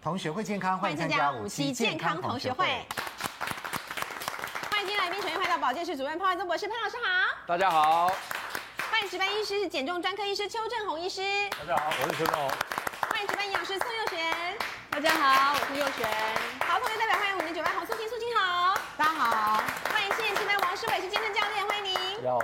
同学会健康，欢迎参加五期健康同学会。欢迎今天来宾，首先欢迎到保健室主任潘怀宗博士，潘老师好。大家好，欢迎值班医师、减重专科医师邱正红医师。大家好，我是邱正红。欢迎值班营养师宋佑璇。大家好，我是佑璇。好，同学代表欢迎我们的九班黄素清，素清好。大家好，欢迎现任值班王诗伟，是健身教练，欢迎您。要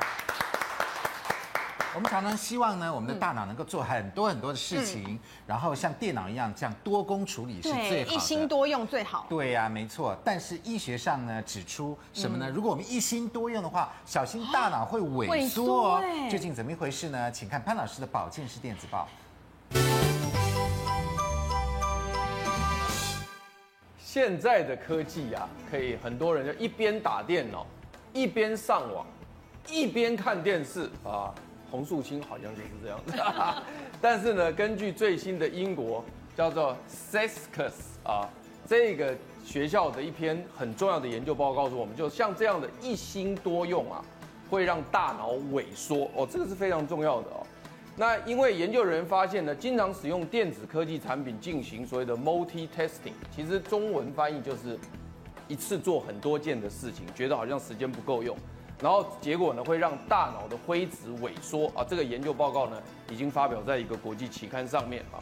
我们常常希望呢，我们的大脑能够做很多很多的事情，然后像电脑一样这样多工处理是最好的。嗯一心多用最好。对呀、没错。但是医学上呢指出什么呢？如果我们一心多用的话，小心大脑会萎缩哦嗯萎缩哎。究竟怎么一回事呢？请看潘老师的保健室电子报。现在的科技啊，可以很多人就一边打电脑，一边上网，一边看电视啊。洪素清好像就是这样 子，但是呢，根据最新的英国叫做 Sescus 啊这个学校的一篇很重要的研究报告告诉我们，就像这样的一心多用啊，会让大脑萎缩哦，这个是非常重要的哦。那因为研究人员发现呢，经常使用电子科技产品进行所谓的 multitasking，其实中文翻译就是一次做很多件的事情，觉得好像时间不够用，然后结果呢会让大脑的灰质萎缩啊。这个研究报告呢已经发表在一个国际期刊上面啊。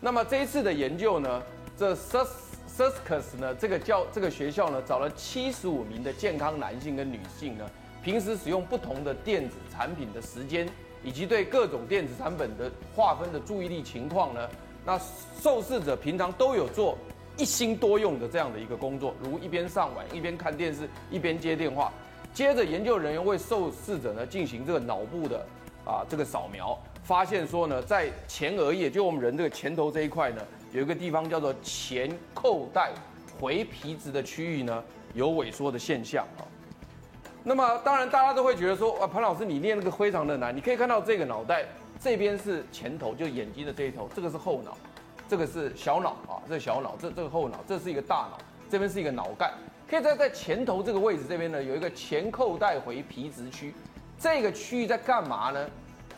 那么这一次的研究呢，这 Sus Suscus 呢，这个教这个学校呢，找了七十五名的健康男性跟女性呢，平时使用不同的电子产品的时间，以及对各种电子产品的划分的注意力情况呢，那受试者平常都有做一心多用的这样的一个工作，如一边上网一边看电视一边接电话。接着，研究人员为受试者呢进行这个脑部的啊这个扫描，发现说呢，在前额叶，就我们人这个前头这一块呢，有一个地方叫做前扣带回皮质的区域呢，有萎缩的现象啊。那么当然大家都会觉得说，啊，潘老师你念那个非常的难。你可以看到这个脑袋这边是前头，就眼睛的这一头，这个是后脑，这个是小脑啊，这小脑，这这个后脑，这是一个大脑，这边是一个脑干。可以在在前头这个位置这边呢，有一个前扣带回皮质区，这个区域在干嘛呢？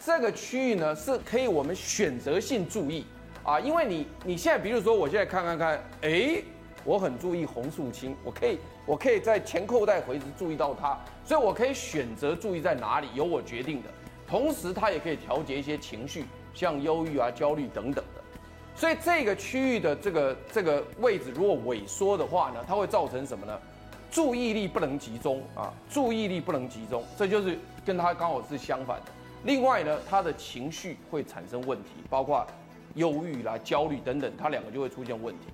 这个区域呢是可以我们选择性注意啊，因为你你现在比如说我现在看看看，诶，我很注意红素清，我可以我可以在前扣带回直注意到它，所以我可以选择注意在哪里，由我决定的。同时，它也可以调节一些情绪，像忧郁啊、焦虑等等的。所以这个区域的这个这个位置如果萎缩的话呢，它会造成什么呢？注意力不能集中啊，注意力不能集中，这就是跟它刚好是相反的。另外呢，他的情绪会产生问题，包括忧郁啦、焦虑等等，它两个就会出现问题。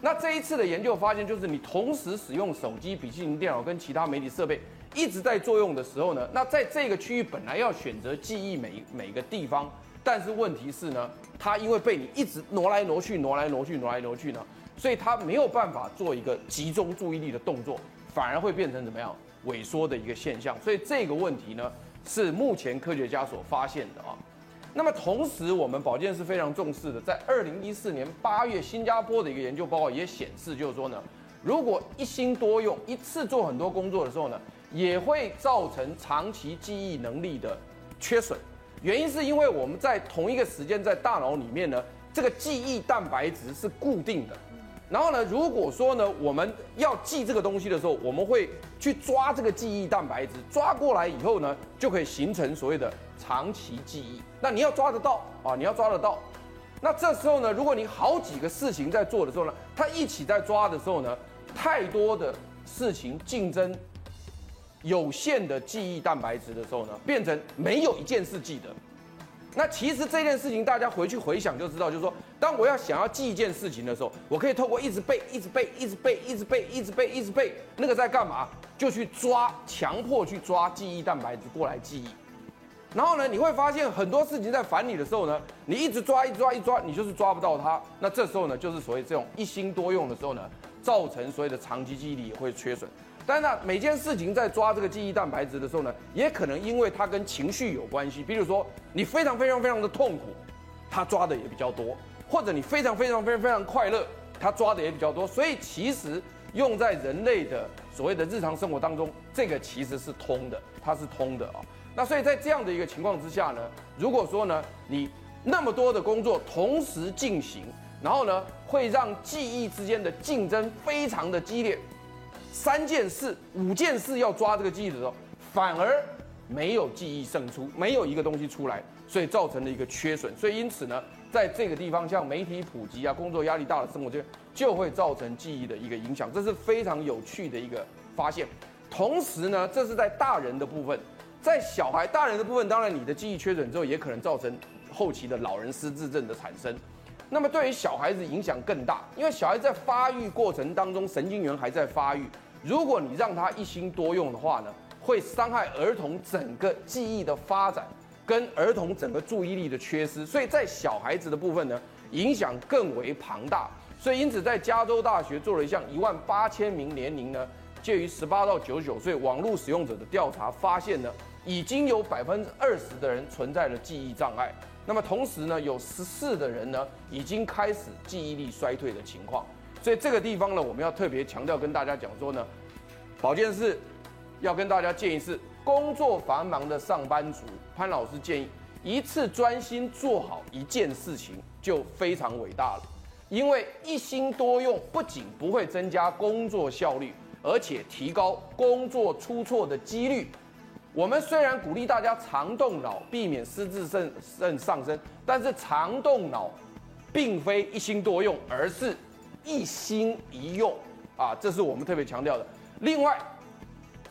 那这一次的研究发现，就是你同时使用手机、笔记本电脑跟其他媒体设备一直在作用的时候呢，那在这个区域本来要选择记忆每每个地方，但是问题是呢，它因为被你一直挪来挪去、挪来挪去、挪来挪去呢，所以它没有办法做一个集中注意力的动作，反而会变成怎么样萎缩的一个现象。所以这个问题呢，是目前科学家所发现的啊。那么同时，我们保健是非常重视的。在二零一四年八月，新加坡的一个研究报告也显示，就是说呢，如果一心多用，一次做很多工作的时候呢，也会造成长期记忆能力的缺损。原因是因为我们在同一个时间在大脑里面呢，这个记忆蛋白质是固定的。然后呢，如果说呢，我们要记这个东西的时候，我们会去抓这个记忆蛋白质，抓过来以后呢，就可以形成所谓的长期记忆。那你要抓得到啊，你要抓得到。那这时候呢，如果你好几个事情在做的时候呢，它一起在抓的时候呢，太多的事情竞争有限的记忆蛋白质的时候呢，变成没有一件事记得。那其实这件事情，大家回去回想就知道，就是说，当我要想要记一件事情的时候，我可以透过一直背、一直背、一直背、一直背、一直背、一直背，那个在干嘛？就去抓，强迫去抓记忆蛋白质过来记忆。然后呢，你会发现很多事情在烦你的时候呢，你一直抓、一直抓、一直抓，你就是抓不到它。那这时候呢，就是所谓这种一心多用的时候呢，造成所谓的长期记忆力也会缺损。当然、啊，每件事情在抓这个记忆蛋白质的时候呢，也可能因为它跟情绪有关系。比如说，你非常非常非常的痛苦，他抓的也比较多；或者你非常非常非常非常快乐，他抓的也比较多。所以其实用在人类的所谓的日常生活当中，这个其实是通的，它是通的啊、那所以在这样的一个情况之下呢，如果说呢你那么多的工作同时进行，然后呢会让记忆之间的竞争非常的激烈，三件事、五件事要抓这个记忆的时候，反而没有记忆胜出，没有一个东西出来，所以造成了一个缺损。所以因此呢，在这个地方，像媒体普及啊、工作压力大的生活圈，就会造成记忆的一个影响，这是非常有趣的一个发现。同时呢，这是在大人的部分，在小孩、大人的部分，当然你的记忆缺损之后，也可能造成后期的老人失智症的产生。那么对于小孩子影响更大，因为小孩在发育过程当中，神经元还在发育。如果你让他一心多用的话呢，会伤害儿童整个记忆的发展，跟儿童整个注意力的缺失。所以在小孩子的部分呢，影响更为庞大。所以因此，在加州大学做了一项一万八千名年龄呢介于十八到九十九岁网络使用者的调查，发现呢，已经有百分之二十的人存在了记忆障碍。那么同时呢，有十四的人呢已经开始记忆力衰退的情况，所以这个地方呢，我们要特别强调跟大家讲说呢，保健室要跟大家建议是，工作繁忙的上班族，潘老师建议一次专心做好一件事情就非常伟大了，因为一心多用不仅不会增加工作效率，而且提高工作出错的几率。我们虽然鼓励大家常动脑，避免失智症症上升，但是常动脑，并非一心多用，而是一心一用啊，这是我们特别强调的。另外，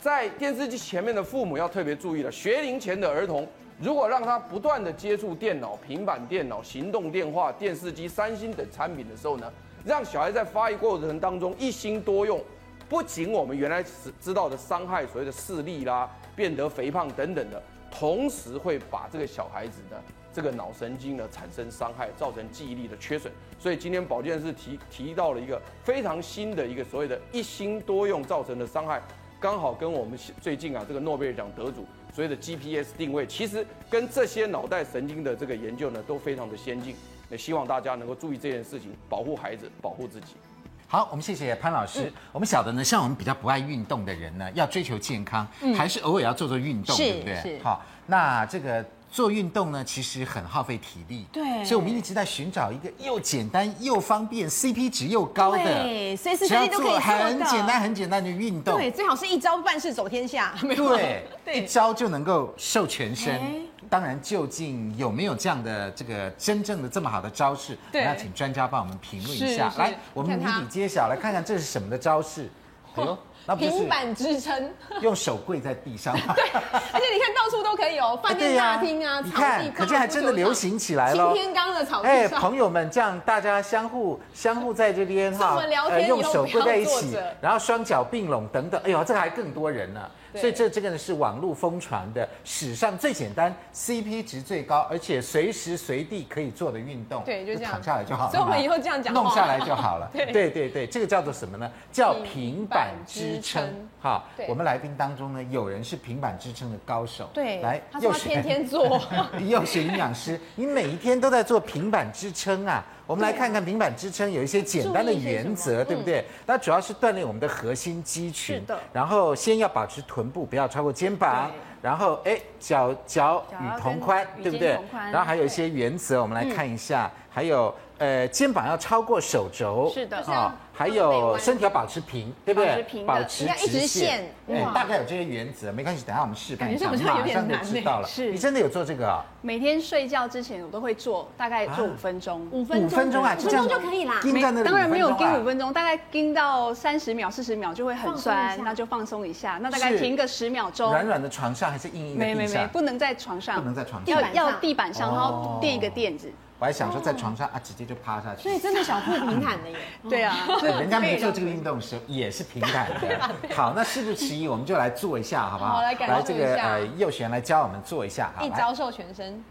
在电视机前面的父母要特别注意了，学龄前的儿童，如果让他不断的接触电脑、平板电脑、行动电话、电视机、三星等产品的时候呢，让小孩在发育过程当中一心多用，不仅我们原来知知道的伤害所谓的视力啦、变得肥胖等等的，同时会把这个小孩子呢这个脑神经呢产生伤害，造成记忆力的缺损。所以今天保健室提提到了一个非常新的一个所谓的一心多用造成的伤害，刚好跟我们最近啊这个诺贝尔奖得主所谓的 GPS 定位，其实跟这些脑袋神经的这个研究呢都非常的先进。也希望大家能够注意这件事情，保护孩子，保护自己。好，我们谢谢潘老嗯师。我们晓得呢，像我们比较不爱运动的人呢，要追求健康，还是偶尔要做做运动，嗯是对不对？是好，那这个做运动呢，其实很耗费体力，对所以我们一直在寻找一个又简单又方便、CP 值又高的，对随时只随要地都可以做很做的简单、很简单的运动，对，最好是一招半式走天下，没有 对，对一招就能够瘦全身哎。当然，究竟有没有这样的这个真正的这么好的招式，我对们要请专家帮我们评论一下是。是来，我们谜看他底揭晓，来看看这是什么的 招式。哎呦，那不就是平板支撑，用手跪在地上 吗？哎而且你看到处都可以哦，饭对店呀大厅啊，你草地，看，可见还真的流行起来晴了。天刚的草哎，地上，朋友们，这样大家相互相互在这边呃这么聊天以后用手跪在一不要起坐着，然后双脚并拢等等，哎呦，这个还更多人呢、对所以这这个呢是网络疯传的史上最简单、CP 值最高，而且随时随地可以做的运动。对就这样躺下来就好了嘛。所以我们以后这样讲话弄下来就好了。 对对对对，这个叫做什么呢？叫平板平板支支撑撑。哈对，我们来宾当中呢，有人是平板支撑的高手。对，来，他说他右旋天天 做，又是营养师，你每一天都在做平板支撑啊。我们来看看平板支撑有一些简单的原则，嗯对不对？那主要是锻炼我们的核心肌群，是的然后先要保持臀部不要超过肩膀对，然后哎脚脚与同宽，与对不肩对同？宽然后还有一些原则，我们来看一下，还有呃肩膀要超过手肘，是的啊就是要还背有弯身体要保持平，对不对？保持平的保持要一直直线线，哎嗯哇大概有这些原则，没关系，等一下我们示范一下，感觉上好像有马点上就难知呢道了。是你真的有做这个啊？每天睡觉之前我都会做，大概做啊五分钟。五五分钟啊，五分就这样钟就可以啦。盯在那里当然没有五分钟啊盯五分钟，大概盯到三十秒、四十秒就会很放松酸一，下那就放松一下。那大概是停个十秒钟。软软的床上还是硬硬的没地没没，上？不能在床上，不能在床上哦要地板上要地板上，然后垫一个垫子。我还想说在床上啊，直接就趴下去所。以真的小腹平坦的耶，嗯对啊， 对人家没做这个运动时也是平坦 的。好，那事不迟疑，我们就来做一下，好不好？好来感受这一个下哎呃，右璇来教我们做一下，好一来招瘦全身。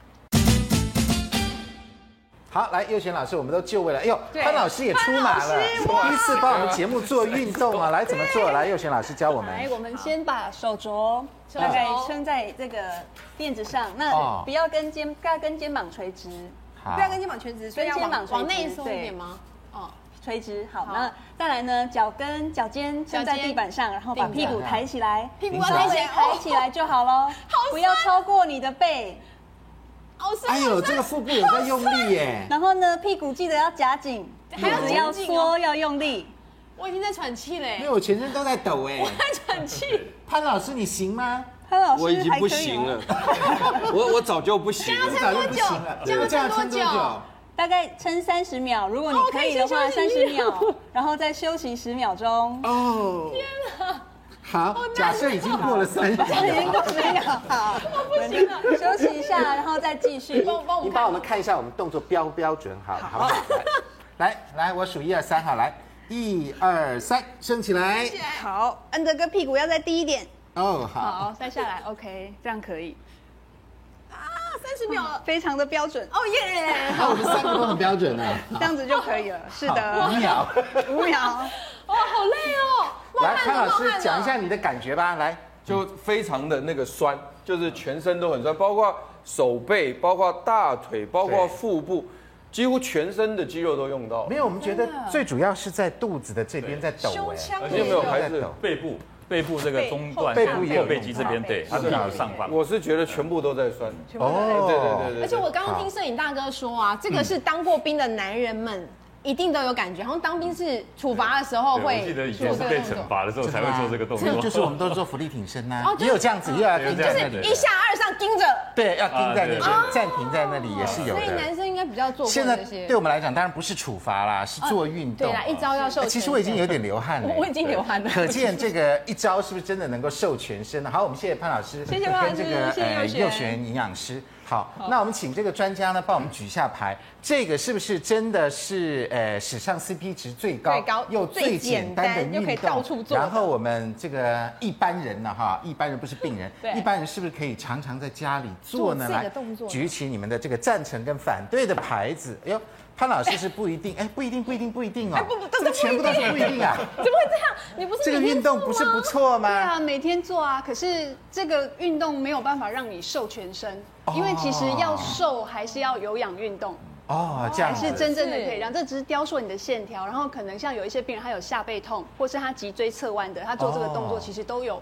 好，来右璇老师，我们都就位了。哎呦，对潘老师也出马潘了老师，第一次帮我们节目做运动啊，来怎么做？来，右璇老师教我们。哎来，我们先把手肘手肘大概撑在这个垫子上，哦那不要跟肩，不要跟肩膀垂直，好不要跟肩膀垂直，所以要跟肩往膀垂直往内缩一点吗？哦，垂直。好，好那再来呢，脚跟脚尖撑在地板上，然后把顶屁着股抬起来，屁股要抬抬起起来来，抬起来就好喽，不要超过你的背。哦，是哎啊哎呦，这个腹部有在用力耶。然后呢，屁股记得要夹紧，还要只要紧紧哦缩，要用力，我已经在喘气了因欸为，我全身都在抖哎、在喘气，潘老师，你行吗？潘老师我已经还可不以行吗了， 我我早就不行这了。样早就不行了，这样这样多撑多久久？大概撑三十秒，如果你哦我可可以以的先话，三休息十10秒，然后再休息十秒钟。哦，天哪！哦好，假设已经过了三十 已秒，经够十秒， 好，我不行了，休息一下， 然后再继续。帮我帮我你们帮我们看。看一下我们动作标不标准好，好不好？来来来，我数一二三，好来，一二三，升起来。好，恩德哥屁股要再低一点，哦，好，好，再下来，OK，这样可以，啊，三十秒了，非常的标准，哦耶！那我们三个都很标准呢。这样子就可以了。是好五的，秒。五秒，哇，好累哦，冒汗来，潘了，老冒汗师了。讲一下你的感觉吧，来。就非常的那个酸，嗯就是全身都很酸，包括手背，包括大腿，包括腹部，几乎全身的肌肉都用到没。有，我们觉得最主要是在肚子的这边在抖、哎，哦胸腔在而且有没有还是抖背部背部这个中段背部也有后背肌这边，用对，它比较上方。我是觉得全部都在酸。对对对哦，对。而且我刚刚听摄影大哥说啊，这个嗯是当过兵的男人们一定都有感觉，好像当兵是处罚的时候对哦会我记得以前做是这个被动惩作，罚的时候才会做这个动这个作，就是我们都是做浮力挺身呐、哦就是啊也有这样子，又要对盯对在对那里，一下二上盯着，对，要盯在那啊里，暂停在那里也是有哦所以的。男生应该比较做过现在这些哦对。我们来讲，当然不是处罚啦，是做运动。对啦，一招要受全哎身。其实我已经有点流汗了， 我我已经流啊汗了。可见这个一招是不是真的能够瘦全身呢？好，我们谢谢潘老师，谢谢潘老师跟这个谢谢佑呃璇佑璇营养师。好，那我们请这个专家呢帮我们举一下牌，这个是不是真的是呃史上 CP 值最高、最高又最简单的最简单又运可以动到处做的然后我们这个一般人呢哈，一般人不是病人 对，一般人是不是可以常常在家里做呢？做自己的动作举起你们的这个赞成跟反对的牌子。哎呦，潘老师是不一定，哎，不一定，不一定，不一定哦，哎不不这这个不一定全部都是不一定啊。怎么会这样？你不是这个每天运动做不是吗不错对吗？啊，每天做啊，可是这个运动没有办法让你瘦全身，因为其实要瘦还是要有氧运动，哦，这样是子。真正的可以让这只是雕塑你的线条。然后可能像有一些病人，他有下背痛，或是他脊椎侧弯的，他做这个动哦作其实都有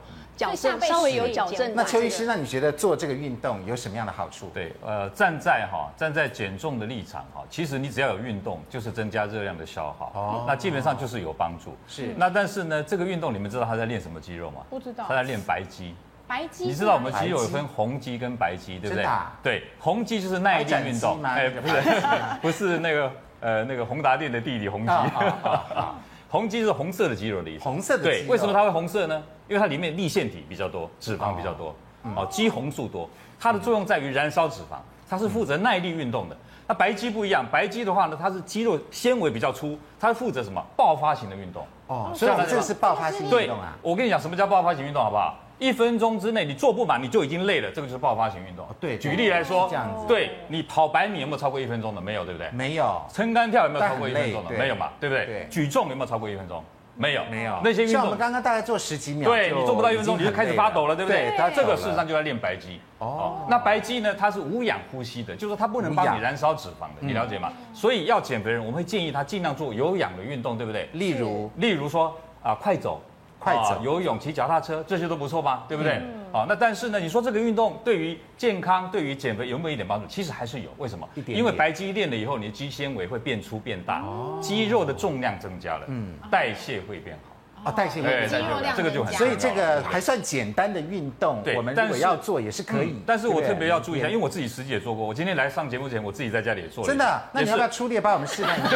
所矫以下正，背稍微是有可以矫矫正正。那邱医师，那你觉得做这个运动有什么样的好处？，对，呃，站在哈、站在减重的立场哈、其实你只要有运动，就是增加热量的消耗，哦那基本上就是有帮助。是那但是呢，这个运动你们知道他在练什么肌肉吗？不知道他在练白肌。白肌？你知道我们肌肉有白分红肌跟白肌，对真不对的啊？对，红肌就是耐力运动，白哎斩不鸡是， 不是那个呃那个宏达电的弟弟红肌啊啊啊 啊，红肌是红色的肌肉的意思。红色的肌对，肉为什么它会红色呢？因为它里面立腺体比较多，脂肪比较多，嗯哦，肌红素多，它的作用在于燃烧脂肪，它是负责耐力运动的。那白肌不一样，白肌的话呢，它是肌肉纤维比较粗，它是负责什么爆发型的运动。哦，所以我们这个是爆发性对运动啊。我跟你讲，什么叫爆发型运动，好不好？一分钟之内你做不满，你就已经累了，这个就是爆发型运动。哦对举例来说，是这样子对你跑百米有没有超过一分钟的？没有，对不对？没有，撑杆跳有没有超过一分钟但很的？累对没有嘛，对不对？对举重有没有超过一分钟？没有，没有。那些运像我动们，刚刚大概做十几秒，对你做不到一分钟，你就开始发抖了，对不对？它这个事实上就在练白肌。哦哦，那白肌呢？它是无氧呼吸的，就是说它不能无帮氧你燃烧脂肪的，你了解吗？所以要减肥人，我们会建议他尽量做有氧的运动，对不对？例如例如说啊，快走、快走啊游泳、骑脚踏车，这些都不错吧，对不对？嗯啊，那但是呢，你说这个运动对于健康、对于减肥有没有一点帮助？其实还是有，为什么？一点点哦因为白肌练了以后，你的肌纤维会变粗变大，肌肉的重量增加了，嗯，代谢会变好。啊，代谢哎运代动谢。肉量这个就增很加所以这重要个还算简单的运动，对我们如但果是要做也是可以嗯。但是我对不对特别要注意一下，因为我自己实际也做过。我今天来上节目前，我自己在家里也做了一真下。的啊，那你要不要也是出列帮我们示范一下？邱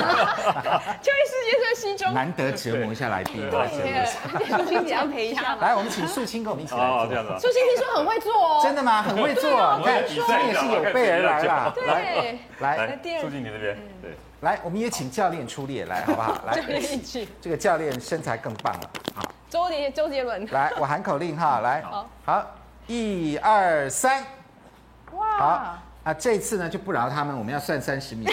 医师也在西中，难得折磨一下来宾，对大家对 对，苏青姐要陪一下嘛。来，我们请素清跟我 们一起来哦做。，这样子啊。苏青听说很会做哦，真的吗？很会做，你看我也今比赛天也一下是有备而来啦。我来对，来来，促进你那嗯边，对，来，我们也请教练出列来，好不好？来，一起。这个教练身材更棒了。好，周杰周杰伦，来，我喊口令哈，来，好，一二三，好哇，啊，这次呢就不饶他们，我们要算三十米。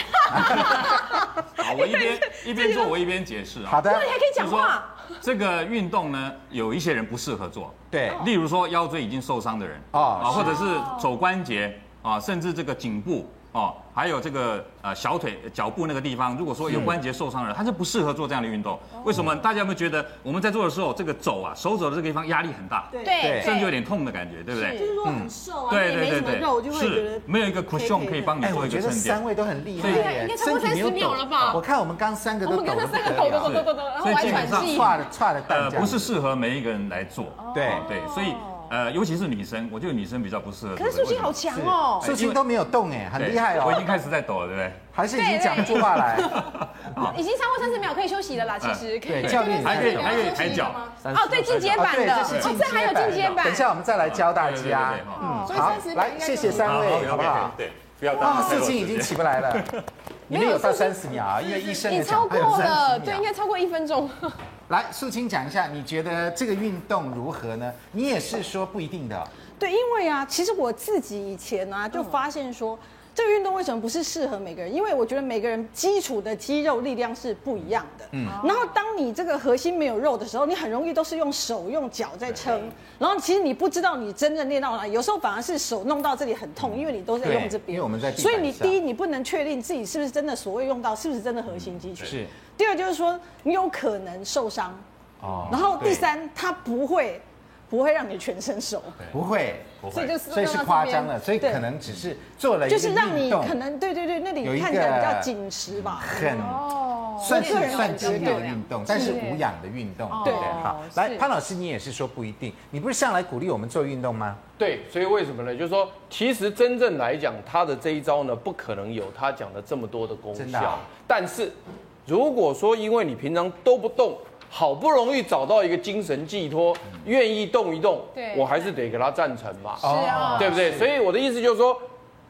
好，我一 边一边做，我一边解释啊。好的，还可以讲话，就是说这个运动呢，有一些人不适合做，对，例如说腰椎已经受伤的人哦啊，或者是肘关节啊，甚至这个颈部哦，还有这个呃小腿呃脚部那个地方，如果说有关节受伤的人，他就不适合做这样的运动。为什么？大家有没有觉得我们在做的时候，这个肘啊，手肘的这个地方压力很大，对对，甚至有点痛的感觉，对不对？就是如果很瘦啊，对也没对对什么肉，就对，会觉得是没有一个 cushion 可以帮你哎，做我一觉个得撑三垫。位都很厉害对耶，应该超过身体没有30秒抖了吧我看我们刚三个我都们抖刚得刚不三得个抖抖了，抖抖抖，然后所以还基本喘上气。跨的跨的蛋呃，这样不是子适合每一个人来做。对哦对，所以呃，尤其是女生，我觉得女生比较不适合做可这个。是素心好为强哦，素心都没有动哎，什么很厉害对我已经哦，开始在抖了，对不对？还是已经讲不出话来。已经超过三十秒可以休息了啦，其实可以。对教练还可以还可以对抬脚。哦，对，进阶版的，啊对这是哦，这还有进阶版。等一下，我们再来教大对对家。对对嗯所以好三十，秒来应该谢谢就三位，好不 OK，OK，好？对，不要哇，打。四斤已经起不来了，你们有到三十秒啊，因为医生你的超讲过了，对，应该超过一分 钟。来，素清讲一下，你觉得这个运动如何呢？你也是说不一定的，对，因为啊，其实我自己以前嗯啊就发现说。这个运动为什么不是适合每个人？因为我觉得每个人基础的肌肉力量是不一样的。嗯，然后当你这个核心没有肉的时候，你很容易都是用手用脚在撑，然后其实你不知道你真正练到哪里，有时候反而是手弄到这里很痛，因为你都在用这嗯因边。为我们在地板所以你上第一，你不能确定自己是不是真的所谓用到，是不是真的核心肌群。是。第二就是说，你有可能受伤。哦哦。然后第对三，它不会，不会让你全身手。不会，所以就是所以是夸张了，所以对可能只是做了一个就是让你运动可能对对对，那有一个里嗯看起来比较紧实吧。很哦哦算是算激烈的运动，但是无氧的运哦动，对不对？好，来，潘老师，你也是说不一定，你不是向来鼓励我们做运动吗？对，所以为什么呢？就是说，其实真正来讲，他的这一招呢，不可能有他讲的这么多的功真的效。啊但是，如果说因为你平常都不动，好不容易找到一个精神寄托，嗯愿意动一动，对我还是得给他赞成嘛。哦是啊对不对？所以我的意思就是说，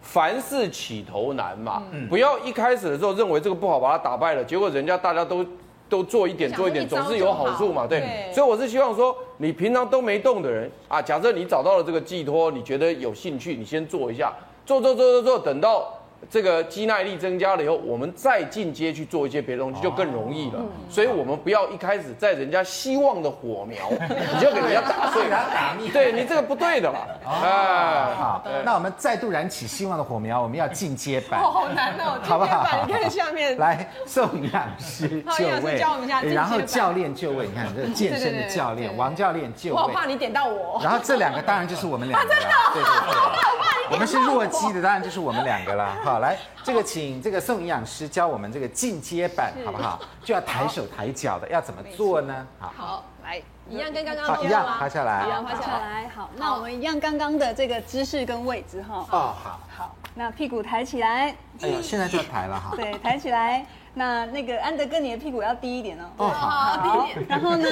凡事起头难嘛，嗯不要一开始的时候认为这个不好，把它打败了，结果人家大家都都做一点想说做一点，一招总就是有好处嘛，好对。对所以我是希望说，你平常都没动的人啊，假设你找到了这个寄托，你觉得有兴趣，你先做一下，做做做做做，等到。这个肌耐力增加了以后，我们再进阶去做一些别的东西，就更容易了。所以，我们不要一开始在人家希望的火苗，你就给人家打碎，打灭。对你这个不对的啦，哎，好，那我们再度燃起希望的火苗，我们要进阶版。好难哦， 好不好进阶版你看下面， 来，送养师好就营养师位教我们一下，进阶然后版教练就位，你看这 个健身的教练王教练就我好位，怕你点到 我。然后这两个当然就是我们两啊个了，对对 对，我们是弱鸡的，当然就是我们两个啦。好，来，这个请这个宋营养师教我们这个进阶版好不好？就要抬手抬脚的，要怎么做呢？好，好，来，一样啊跟刚刚好，一样 趴下来一。样趴趴下下来。来，好，那我们一样刚刚的这个姿势跟位置哈。哦，好，好，那屁股抬起来，哎呦，现在就抬了哈。嗯 对，抬起来。那那个安德哥，你的屁股要低一点哦。哦，好，好，然后呢，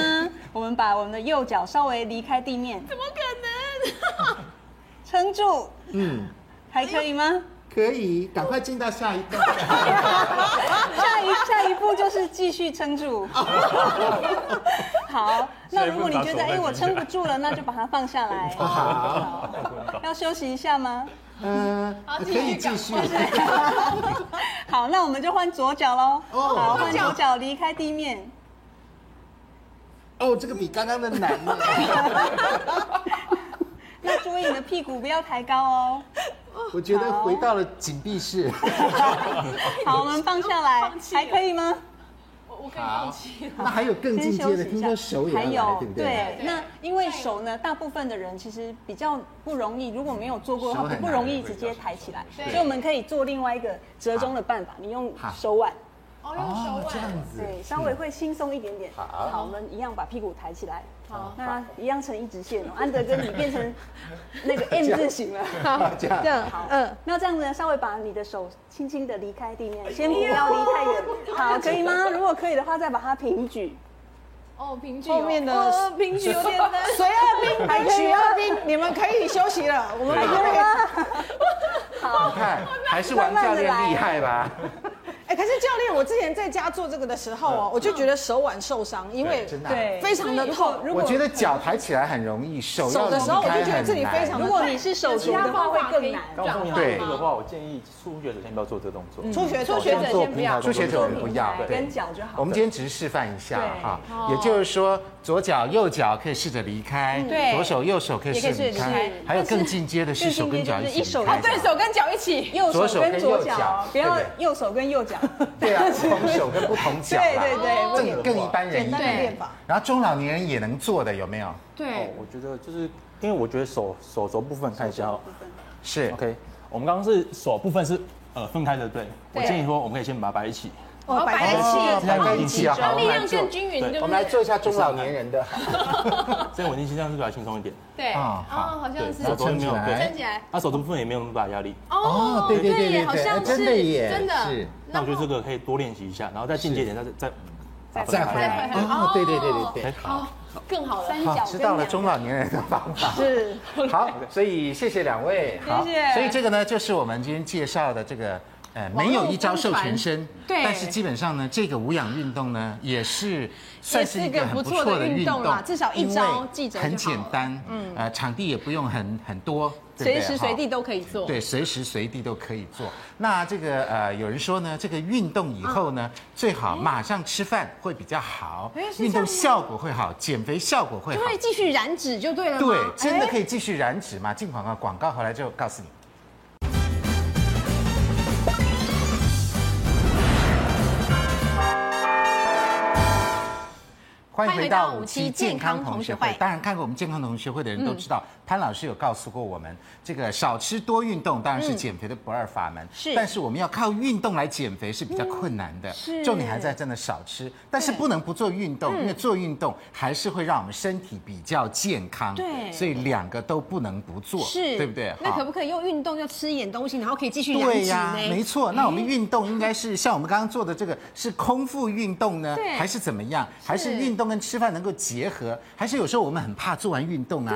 我们把我们的右脚稍微离开地面，怎么可撑住，嗯，还可以吗？可以，赶快进到下一步。 下一下一步就是继续撑住。好，那如果你觉得哎我撑不住了，那就把它放下来。 好，要休息一下吗？嗯，可以继续。 好，那我们就换左脚喽。哦好，换左脚离开地面。 哦，这个比刚刚的难 呢。那注意你的屁股不要抬高哦。我觉得回到了紧闭式。 好，我们放下来放，弃了还可以吗？好，那还有更进先阶休的，息听一说下，手也还要来，有对不对？那因为手呢，大部分的人其实比较不容易，如果没有做过的手话，很不难容易直接抬起来，所以我们可以做另外一个折中的办法，你用好手腕，哦，这样子。对，稍微会轻松一点点。好我们一样把屁股抬起来，好，那一样成一直线哦。安德跟你变成那个 M 字形了。 这样这样好，，嗯嗯，，那这样子呢，稍微把你的手轻轻的离开地面，先不要离太远，好，可以吗？如果可以的话，再把它平举。哦，平局 后面的哦， 平局有点难。随二兵，还取二兵，你们可以休息了，我们不会。你看，还是王教练厉害吧？哎、哎，可是教练，我之前在家做这个的时候哦，我就觉得手腕受伤，因为嗯真的啊、对，非常的痛。如我果觉得脚抬起来很容易，手手要的时候离开我就觉得自己很难非常如果你是手足的话，会更难。刚刚宋阳对这个的话，我建议初学者先不要做这个动作。初学初学者先不要初学者我们不要，对对跟。脚就好。我们今天只是示范一下对哈，也就是说左脚右脚可以试着离开，对左手右手可以试着也可以离试着离开开，还有更进阶的是更进手阶跟脚就是一一起手离开。跟对手跟脚一起，右左手手跟跟左右脚脚，不要对不右手跟右脚。对啊，不同手跟不同脚啦，对对对这也更一般人一简单的点练法。然后中老年人也能做的有没有？哦，我觉得就是因为我觉得手手肘部分看一下哦。是 OK，我们刚刚是手部分是呃分开的，对。我对建议说我们可以先把它摆一 起，哦，摆在摆一起哦摆在一起啊，好，力我们量来做更，均匀，对我不们来对？做一下中老年人的这样稳定性这样是比较轻松一点。对，啊哦，好好像是然后手肘没有来站对，起来。那手肘部分也没有那么大的压力。哦对对对对耶好对像是真的耶真的是。那我觉得这个可以多练习一下，然后再进阶一点，再再再回来。哦，对对对对对。哦，更好了。好，知道了中老年人的方法。是， 好，所以谢谢两位。好，所以这个呢，就是我们今天介绍的这个。呃，没有一招授全身，对但是基本上呢，这个无氧运动呢，也是算是一也个是一个很不不错的错的运运动动啦至少一招因为记着就好很简单，嗯，呃，场地也不用很很多，对不随对时随地哈都可以做。对，随时随地都可以做。那这个呃，有人说呢，这个运动以后呢，最好马上吃饭会比较好，运动效果会好，减肥效果会好就。会继续燃脂就对了哎吗？对，真的可以继续燃脂吗？进广告，广告回来就告诉你。欢迎回到五期健康同学会。当嗯然，看过我们健康同学会的人都知道，潘老师有告诉过我们，这个少吃多运动当然是减肥的不二法门。是嗯但是我们要靠运动来减肥是比较困难的。是重点还在真的少吃，但是不能不做运嗯动，因为做运动还是会让我们身体比较健康。对所以两个都不能不做，是，对不对？那好可不可以用运动要吃一点东西，然后可以继续燃对脂呀、呢？没错。那我们运动应该是像我们刚刚做的这个，是空腹运动呢对，还是怎么样？还是运动跟吃饭能够结合？还是有时候我们很怕做完运动啊？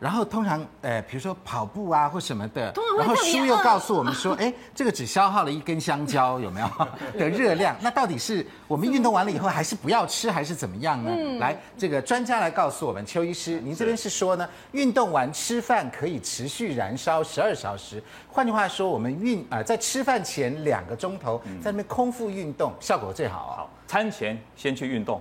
然后通常，呃，比如说跑步啊或什么的，常会然后特别书又饿告诉我 们说，哎，这个只消耗了一根香蕉，有没有的 热量？那到底是我们运动完了以后还是不要吃，还是怎么样呢？嗯来，这个专家来告诉我们，邱医师，您这边是说呢，运动完吃饭可以持续燃烧十二小时。换句话说，我们运啊、在吃饭前两个钟头嗯在那边空腹运动，效果最好啊好，餐前先去运动，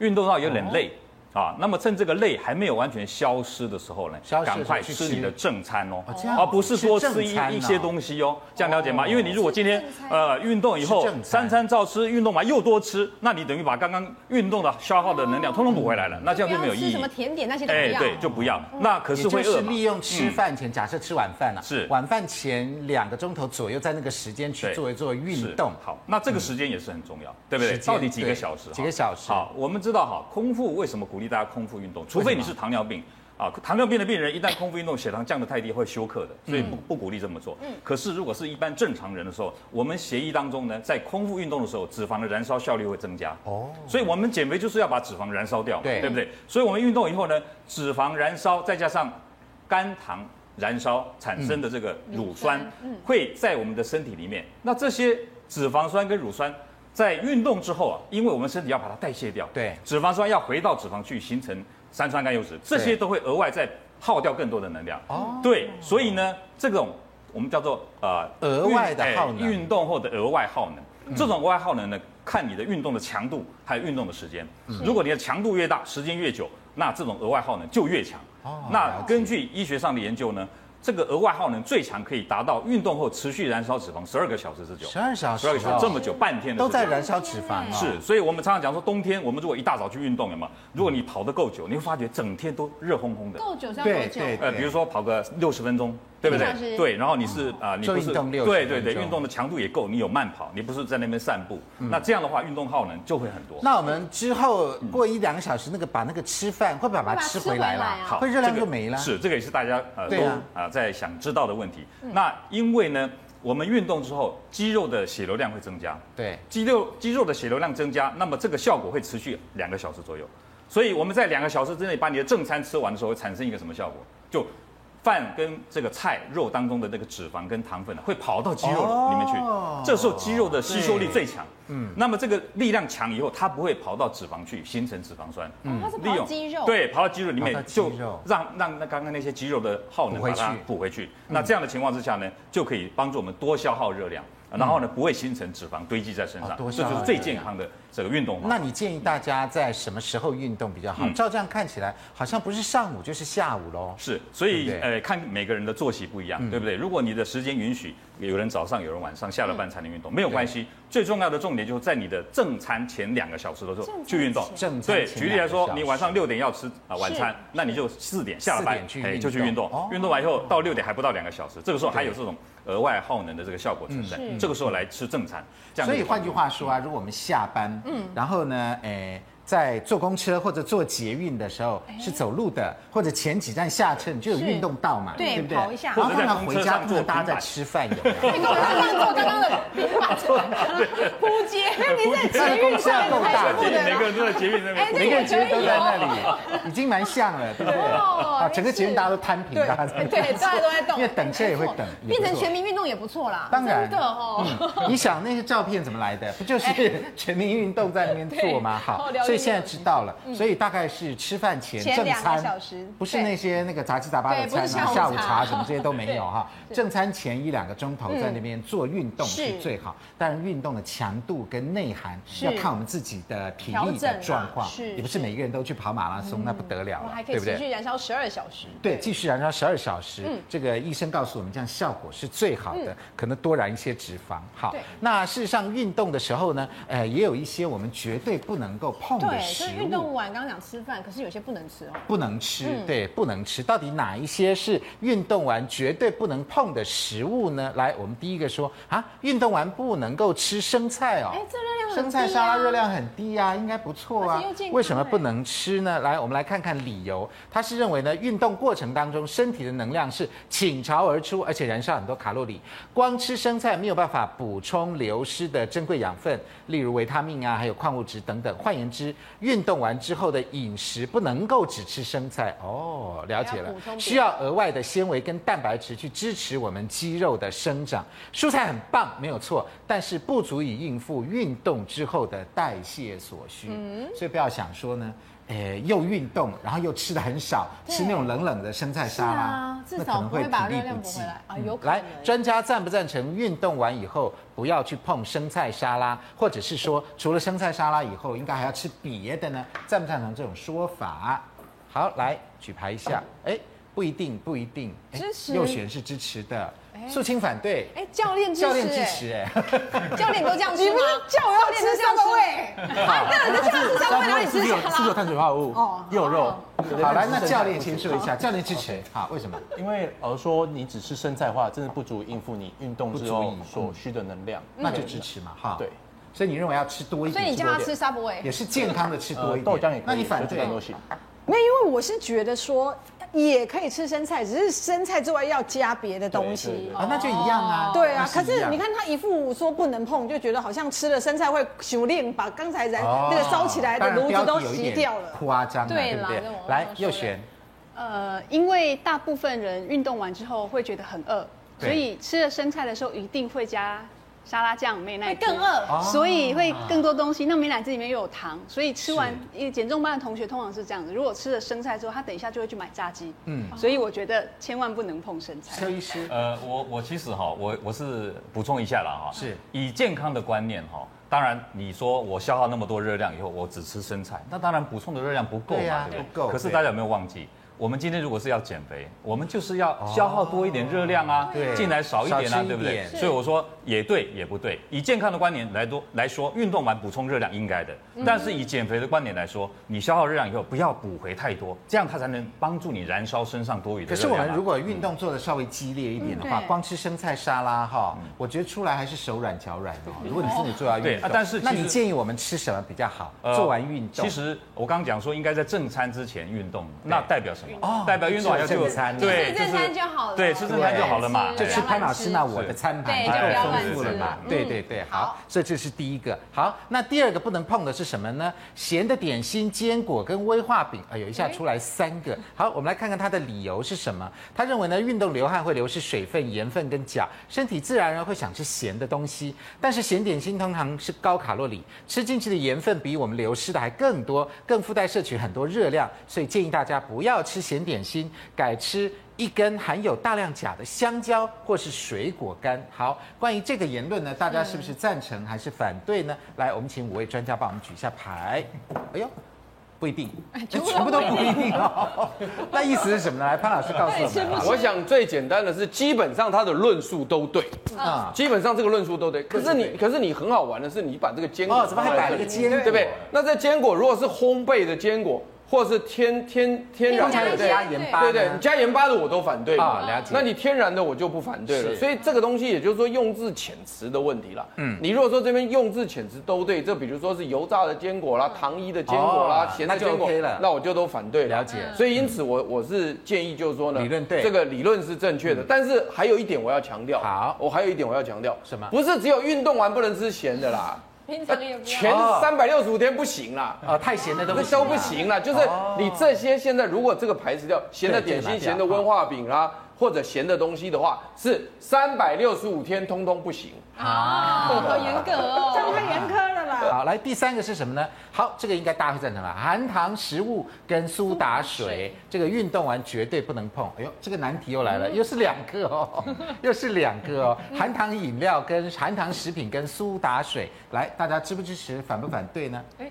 运动到有哦点累。啊，那么趁这个累还没有完全消失的时候呢消，失的时候赶快去吃吃你的正餐哦哦这样，而不是说吃吃一正餐哦一些东西哦，这样了解吗？因为你如果今天呃运动以后吃正餐三餐照吃，运动完又多吃，那你等于把刚刚运动的消耗的能量通通补回来了，那这样就没有不要意吃义什么。甜点那些都不哎，要。对，就不要。那可哦。是也就会饿是嘛嗯利用吃饭前，假设吃晚饭了、是晚饭前两个钟头左右，在那个时间去对做一做是运动。嗯好，那这个时间也是很重要，对不时对？间到底几对个小时？几个小时好，我们知道哈，空腹为什么鼓励大家空腹运动？除非你是糖尿病。啊，糖尿病的病人一旦空腹运动，血糖降得太低会休克的，嗯所以不不鼓励这么做。可是如果是一般正常人的时候，我们协议当中呢，在空腹运动的时候，脂肪的燃烧效率会增加。哦哦，所以我们减肥就是要把脂肪燃烧掉嘛，对对不对？所以我们运动以后呢，脂肪燃烧再加上肝糖燃烧产生的这个乳酸，会在我们的身体里面。那这些脂肪酸跟乳酸。在运动之后啊，因为我们身体要把它代谢掉，对脂肪酸要回到脂肪去形成三酸甘油脂，这对些都会额外再耗掉更多的能量。哦哦，对，所以呢，这种我们叫做呃额外的运哎耗能运动后的额外耗能，这种额外耗能呢，看你的运动的强度还有运动的时间。嗯如果你的强度越大，时间越久，那这种额外耗能就越强。哦了那解根据医学上的研究呢，这个额外耗能最强可以达到运动后持续燃烧脂肪十二个小时之久。十二小时12个小哦时这么久，半天的都时间在燃烧脂肪、啊。是，所以我们常常讲说，冬天我们如果一大早去运动，有吗？如果你跑得够久，你会发觉整天都热烘烘的。够久是要对多久？对，呃，对比如说跑个六十分钟，对不一小时对？对，然后你是啊、你做不运是动60对对对，分钟嗯运动的强度也够，你有慢跑，你不是在那边散步，那这样的话运动耗能就会很多。那我们之后过一两个小时，那个把那个吃饭会不会把它吃回来会把它吃回来啊了？会热量这就个没了。是，这个也是大家呃对都啊啊、在想知道的问题。那因为呢，我们运动之后，肌肉的血流量会增加，对，肌肉肌肉的血流量增加，那么这个效果会持续两个小时左右。所以我们在两个小时之内把你的正餐吃完的时候，会产生一个什么效果？就饭跟这个菜肉当中的那个脂肪跟糖分会跑到肌肉里面去，哦这时候肌肉的吸收力最强。嗯，那么这个力量强以后，它不会跑到脂肪去形成脂肪酸。嗯，哦它是跑到肌肉对，跑到肌肉里跑到面肌就肉让让那刚刚那些肌肉的耗能补回把它去嗯补回去。那这样的情况之下呢，就可以帮助我们多消耗热量，然后呢不会形成脂肪堆积在身嗯哦上，多这消耗就是最健康的这个运动方法。那你建议大家在什么时候运动比较好？嗯照这样看起来，好像不是上午就是下午喽。是，所以对不对嗯呃，看每个人的作息不一样，对不对？如果你的时间允许，有人早上，有人晚上，下了班才能运动，没有关系。最重要的重点就是在你的正餐前两个小时的时候去运动。正餐对，前举例来两个说小，时你晚上六点要吃啊晚餐，那你就四点下了班哎4点去，运动就去运动哦，运动完以后到六点还不到两个小时，这个时候还有这种额外耗能的这个效果存在，这个时候来吃正餐。这样所以就换句话说啊，如果我们下班，嗯，然后呢，诶、在坐公车或者坐捷运的时候哎是走路的，或者前几站下车你就有运动到嘛，对不对？跑一下然后或者在他们公回车家上看坐到大家平在板吃饭， 有没跟有？我刚刚做刚刚 的平板扑街，你在捷运上够才大了是 不的捷运每个啦。人都在捷运那边哎，每这个也人其可实都以在那哦。里，已经蛮像了，对不对？哦啊，整个捷运是大家都摊平，大家在对，对，大家都在动，因为等车 也会等，也变不成错全民运动也不错啦。当然真的哦，嗯 你想那些照片怎么来的？不就是全民运动在那边做吗？哎对好哦，了解所以现在知道了，所以大概是吃饭前嗯前正两个餐小时，不是那些那个杂七杂八的对不餐是啊，下下午午茶嗯茶什么这些都没 有哈。正餐前一两个钟头在那边做运动是是最好，当然运动的强度跟内涵是要看我们自己的体调力整的啊状况，是嗯也不是每一个人都去跑马拉松，那不得了我了还，可以对不持对？续燃烧十二小时。对，继续燃烧十二小时。嗯这个医生告诉我们，这样效果是最好的，可能多燃一些脂肪。好对，那事实上运动的时候呢，呃，也有一些我们绝对不能够碰的对，食就是运物。动完刚刚讲吃饭，可是有些不能吃哦。不能吃，对，不能吃。到底哪一些是运动完绝对不能碰的食物呢？来，我们第一个说啊，运动完不能够吃生菜哦。哎，这热量很低啊生菜沙拉热量很低呀、应该不错而啊且又健。康哎为什么不能吃呢？来，我们来看看理由。他是认为呢，运动过程当中身体的能量是倾巢而出，而且燃烧很多卡路里。光吃生菜没有办法补充流失的珍贵养分，例如维他命啊，还有矿物质等等。换言之，运动完之后的饮食不能够只吃生菜哦。了解还要了补充别，的需要额外的纤维跟蛋白质去支持我们肌肉的生长。蔬菜很棒，没有错，但是不足以应付运动之后的代谢所需。嗯所以不要想说呢。诶，又运动，然后又吃的很少，吃那种冷冷的生菜沙拉，是啊至那可少能不会会体把力热量不补济回来啊有可来能，专家赞不赞成运动完以后不要去碰生菜沙拉，或者是说除了生菜沙拉以后，应该还要吃别的呢？赞不赞成这种说法？好，来举牌一下。哎，不一定，不一定。哎哦支持右璇是支持的，素清反对。哎，教练支持，教练支 持哎，哎，教练都这样吃吗？叫我要教吃练都这样三吃个位，哎，对，你的教练是三位，哪里吃是有下是有啦？碳水化合物，哦也哦有肉。好来，那教练先说一下，教练支持，好，为什么？嗯因为呃说你只吃生菜的话，真的不足以应付你运动之后不足以所需的能量。那就支持嘛，哈。对，所以你认为要吃多一所点，以你叫他吃 Subway，也是健康的吃多呃一点，豆浆也可以，那你反对很多型。没有，因为我是觉得说也可以吃生菜，只是生菜之外要加别的东对对西对。啊，那就一样啊。对啊，那可一是样你看他一副说不能碰，就觉得好像吃了生菜会熟练把刚才燃哦那个烧起来的炉子都熄掉了。夸张啊，对对不啦对这我刚？来刚，说右的璇，呃，因为大部分人运动完之后会觉得很饿，对所以吃了生菜的时候一定会加沙拉酱、美会乃滋更饿。哦所以会更多东西。那美乃滋里面又有糖，所以吃完是一减重班的同学通常是这样子。如果吃了生菜之后，他等一下就会去买炸鸡。嗯嗯，所以我觉得千万不能碰生菜邱。医师，呃，我我其实哈，我我是补充一下啦哈，是以健康的观念哈。当然，你说我消耗那么多热量以后，我只吃生菜，那当然补充的热量不够嘛，对啊不不够可是对大家有没有忘记？我们今天如果是要减肥，我们就是要消耗多一点热量哦啊，对进来少一点少啊吃，一对不对点？所以我说也对，也不对。以健康的观点来多来说，运动完补充热量应该的，嗯但是以减肥的观点来说，你消耗热量以后不要补回太多，这样它才能帮助你燃烧身上多余的可热是量我啊。们如果运动做的稍微激烈一点的话，嗯对光吃生菜沙拉哈，我觉得出来还是手软脚软哦。嗯如果你真的做到运嗯对动啊，但是其那实你建议我们吃什么比较好？呃做完运动，其实我刚刚讲说应该在正餐之前运动，那代表什运动。哦代表运动好像吃就正餐，对，吃正餐就好了对，吃正餐就好了嘛，就对吃潘老师那是我的餐盘，对太就不要丰乱富吃了嘛了。对对对，好好，所以这是第一个。好，那第二个不能碰的是什么呢？咸的点心、坚果跟威化饼，哎呦，一下出来三个。好，我们来看看他的理由是什么。他认为呢，运动流汗会流失水分、盐分跟钾，身体自然而然会想吃咸的东西。但是咸点心通常是高卡路里，吃进去的盐分比我们流失的还更多，更附带摄取很多热量，所以建议大家不要吃咸点心，改吃一根含有大量钾的香蕉或是水果干。好，关于这个言论呢，大家是不是赞成还是反对呢？来，我们请五位专家帮我们举一下牌。哎呦，不一定，哎全部都不一定哦。 那意思是什么呢？来，潘老师告诉我们啊好我想最简单的是，基本上他的论述都对，了啊。基本上这个论述都对。可是你，可是你很好玩的是，你把这个坚果哦，怎么还摆了个坚果？对不对？那这坚果如果是烘焙的坚果，或是天天天然通常有的，加盐巴呢，对对，你加盐巴的我都反对啊啊，了解那你天然的我就不反对了，是所以这个东西也就是说用字遣词的问题啦。嗯，你如果说这边用字遣词都对，这比如说是油炸的坚果啦、糖衣的坚果啦嗯哦、咸那的就坚果 OK 了，那我就都反对了解所以因此我我是建议就是说呢，理论对嗯这个理论是正确的，但是还有一点我要强调，好我还有一点我要强调什么不是只有运动完不能吃咸的啦，平常也不要。前哦三百六十五天不行啦。啊，太咸的都不那行都不行啊了，就是你这些现在如果这个排除掉咸的点对这个心、拿掉咸的温化饼啦、或者咸的东西的话，是三百六十五天通通不行。啊，好严格这样哦。太严苛了啦。好，来第三个是什么呢？好，这个应该大家会赞成吧？含糖食物跟苏打水，这个运动完绝对不能碰。哎呦，这个难题又来嗯了，又是两个哦， 又是两个哦。含糖饮料跟含糖食品跟苏打水，来，大家支不支持？反不反对呢？哎哎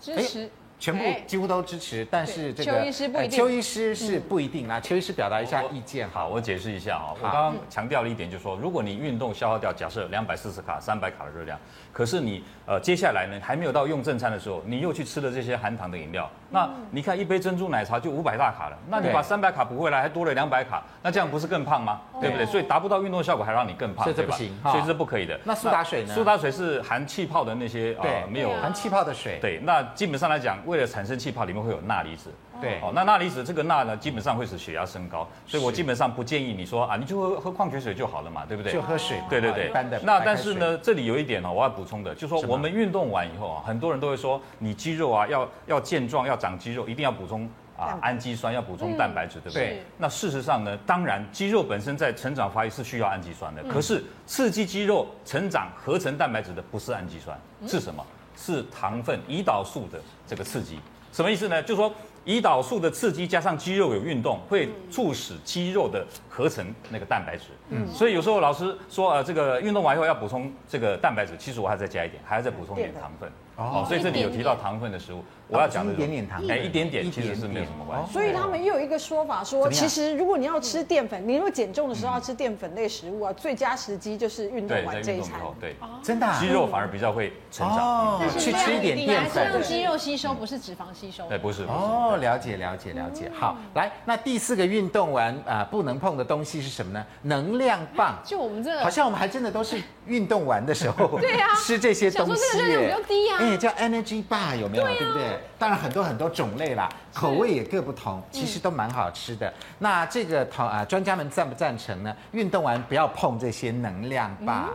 支持全部哎几乎都支持，但是这个邱医师不一呃定嗯邱医师是不一定啦。邱医师表达一下意见好。好，我解释一下啊、我好刚刚强调了一点，就是说，如果你运动消耗掉，假设两百四十卡、三百卡的热量，可是你呃接下来呢，还没有到用正餐的时候，你又去吃了这些含糖的饮料，嗯那你看一杯珍珠奶茶就五百大卡了，那你对把三百卡补回来，还多了两百卡，那这样不是更胖吗？对不对？所以达不到运动效果，还让你更胖，所以这对吧不行哈所以这不可以的。那苏打水呢苏打水是含气泡的那些对呃，没啊有啊含气泡的水。对，那基本上来讲，为了产生气泡，里面会有钠离子。对哦，那钠离子这个钠呢，基本上会使血压升高，所以我基本上不建议你说啊，你就喝喝矿泉水就好了嘛，对不对？就喝水嘛啊对对一对般的。白那开但水是呢，这里有一点呢、我要补充的，就是说我们运动完以后啊，很多人都会说，你肌肉啊要要健壮，要长肌肉，一定要补充。啊，氨基酸要补充蛋白质，对不是对？那事实上呢，当然肌肉本身在成长发育是需要氨基酸的，可是刺激肌肉成长合成蛋白质的不是氨基酸，是什么？是糖分胰岛素的这个刺激。什么意思呢？就是说胰岛素的刺激加上肌肉有运动，会促使肌肉的合成那个蛋白质。嗯，所以有时候老师说，呃，这个运动完以后要补充这个蛋白质，其实我还再加一点，还要再补充一点糖分。哦哦，所以这里有提到糖分的食物，我要讲的一点点糖分哎，一点点一其实是没有什么关点系。所以他们又有一个说法说，怎么样其实如果你要吃淀粉，你如果减重的时候要吃淀粉类食物啊，最佳时机就是运动对，完在这运一动以餐。后，对，真的啊肌肉反而比较会成长。嗯哦，去吃一点你淀还是粉。让肌肉吸收，不是脂肪吸收。对，哎不是不是。哦，了解了解了解。嗯好，来，那第四个运动完啊、呃不能碰的东西是什么呢？能量棒。就我们这好像我们还真的都是运动完的时 候，对啊吃这些东西想说这个热量比较低啊啊哎，叫 energy bar 有没有？对不对？当然很多很多种类啦，口味也各不同，其嗯实都蛮好吃的。那这个同啊，专家们赞不赞成呢？运动完不要碰这些能量嗯吧。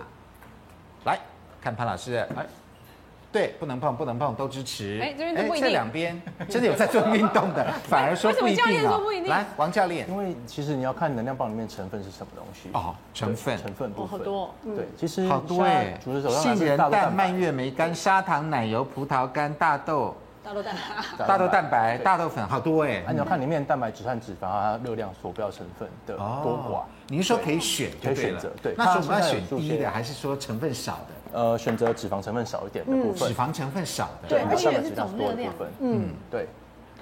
来看潘老师，哎，对，不能碰，不能碰，都支持。哎这边都不一定这两边 真的有在做运动的，反而说不一定为什么教练啊说不一定来，王教练，因为其实你要看能量棒里面成分是什么东西哦成分对成分部分、哦好多哦对，其实好多哎像啊主食，手上杏是仁大豆蛋、蛋白蔓越莓干、砂糖、奶油、葡萄干、大豆、大豆蛋白，大豆蛋白、对大豆粉，好多哎啊，。你要看里面蛋白质和脂肪啊、热量、所标成分的多寡。哦您说可以选就对了，可以选择对那时候我们要选它现在有低这的，些还是说成分少的？呃，选择脂肪成分少一点的部分脂，肪成分少的。对，对还有我以为是蛋白质量总多的热量部分。嗯，对，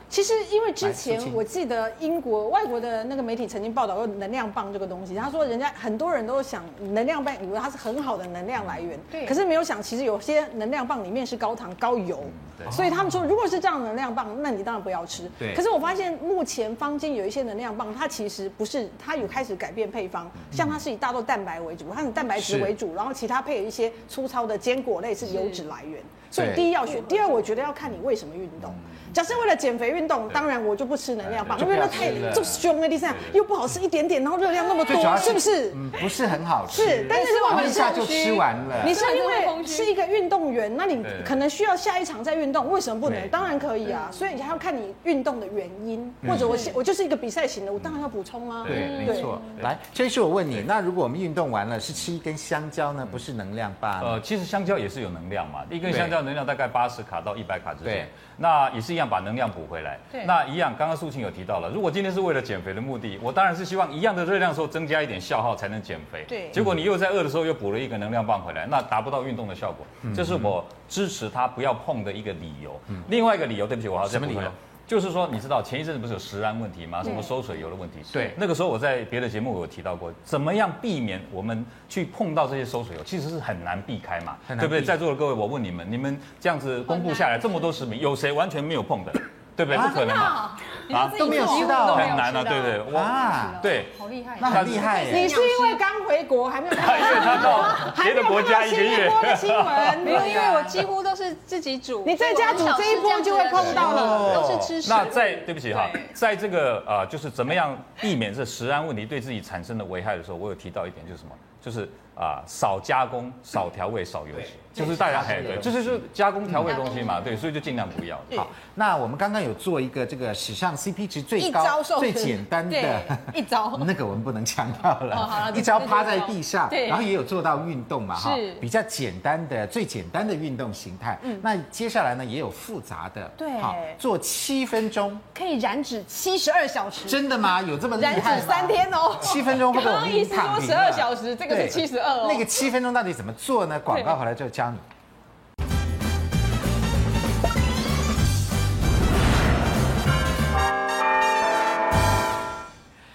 其实因为之来苏前青我记得英国、外国的那个媒体曾经报道过能量棒这个东西，他说人家很多人都想能量棒，以为它是很好的能量来源，对可是没有想，其实有些能量棒里面是高糖、高油，所以他们说，如果是这样的能量棒，那你当然不要吃。嗯对可是我发现目前坊间有一些能量棒，它其实不是，它有开始改变配方，嗯像它是以大豆蛋白为主，它以蛋白质是为主，然后其他配有一些粗糙的坚果类是油脂来源，所以对嗯第一要选，第二我觉得要看你为什么运动。假设为了减肥运动，当然我就不吃能量棒，因为那太就凶了，第三又不好吃一点点，然后热量那么最主要多，是不是？嗯，不是很好吃。是，但是如然果后你一是下就吃完了。你是嗯因为是一个运动员，那你可能需要下一场再运动，为什么不能？对当然可以啊，所以你还要看你运动的原因，或者我是我就是一个比赛型的，我当然要补充啊。嗯对，没错。来，这是我问你，那如果我们运动完了是吃一根香蕉嗯呢？不是能量棒？呃，其实香蕉也是有能量嘛，一根啊对香蕉能量大概八十卡到一百卡之对间，那也是一样把能量补回来对。那一样，刚刚素琴有提到了，如果今天是为了减肥的目的，我当然是希望一样的热量的时候增加一点消耗才能减肥。对结果你又在饿的时候又补了一个能量棒回来，那达不到运动的效果，嗯这是我支持他不要碰的一个理由。另外一个理由，对不起，我还要再什么补理回来由。就是说，你知道前一阵子不是有食安问题吗？什么收水油的问题？对那个时候我在别的节目我有提到过，怎么样避免我们去碰到这些收水油，其实是很难避开嘛，很难对不对？避在座的各位，我问你们，你们这样子公布下来这么多食品，有谁完全没有碰的？对不对？不可能嘛，啊，都没有吃到很难啊，对不对？我啊，对，好厉害，那很厉害耶！你是因为刚回国还没有看因为他到还别没的有国看家到一新个一月，波的新闻，没有，因为我几乎都是自己 煮。你在家煮这一波就会碰到了哦都是吃食物。那在对不起哈对，在这个呃，就是怎么样避免这食安问题对自己产生的危害的时候，我有提到一点，就是什么？就是啊、少加工、少调味、少油脂，就是大家这哎也是对，这就个是就是加工调味的东西嘛，对，所以就尽量不要。好，那我们刚刚有做一个这个史上 CP 值最一高招、瘦最简单对的。一招 那个我们不能强调了，哦好了 一招趴在地上，对然后也有做到运动嘛，是嗯比较简单的、最简单的运动形态。那接下来呢，也有复杂的，对好，做七分钟，可以燃脂七十二小时，真的吗？有这么厉害燃吗？脂三天哦。七分钟会不会我们已经刚刚躺医平师说了12小时这个是对72哦那个七分钟到底怎么做呢？广告回来之后教你。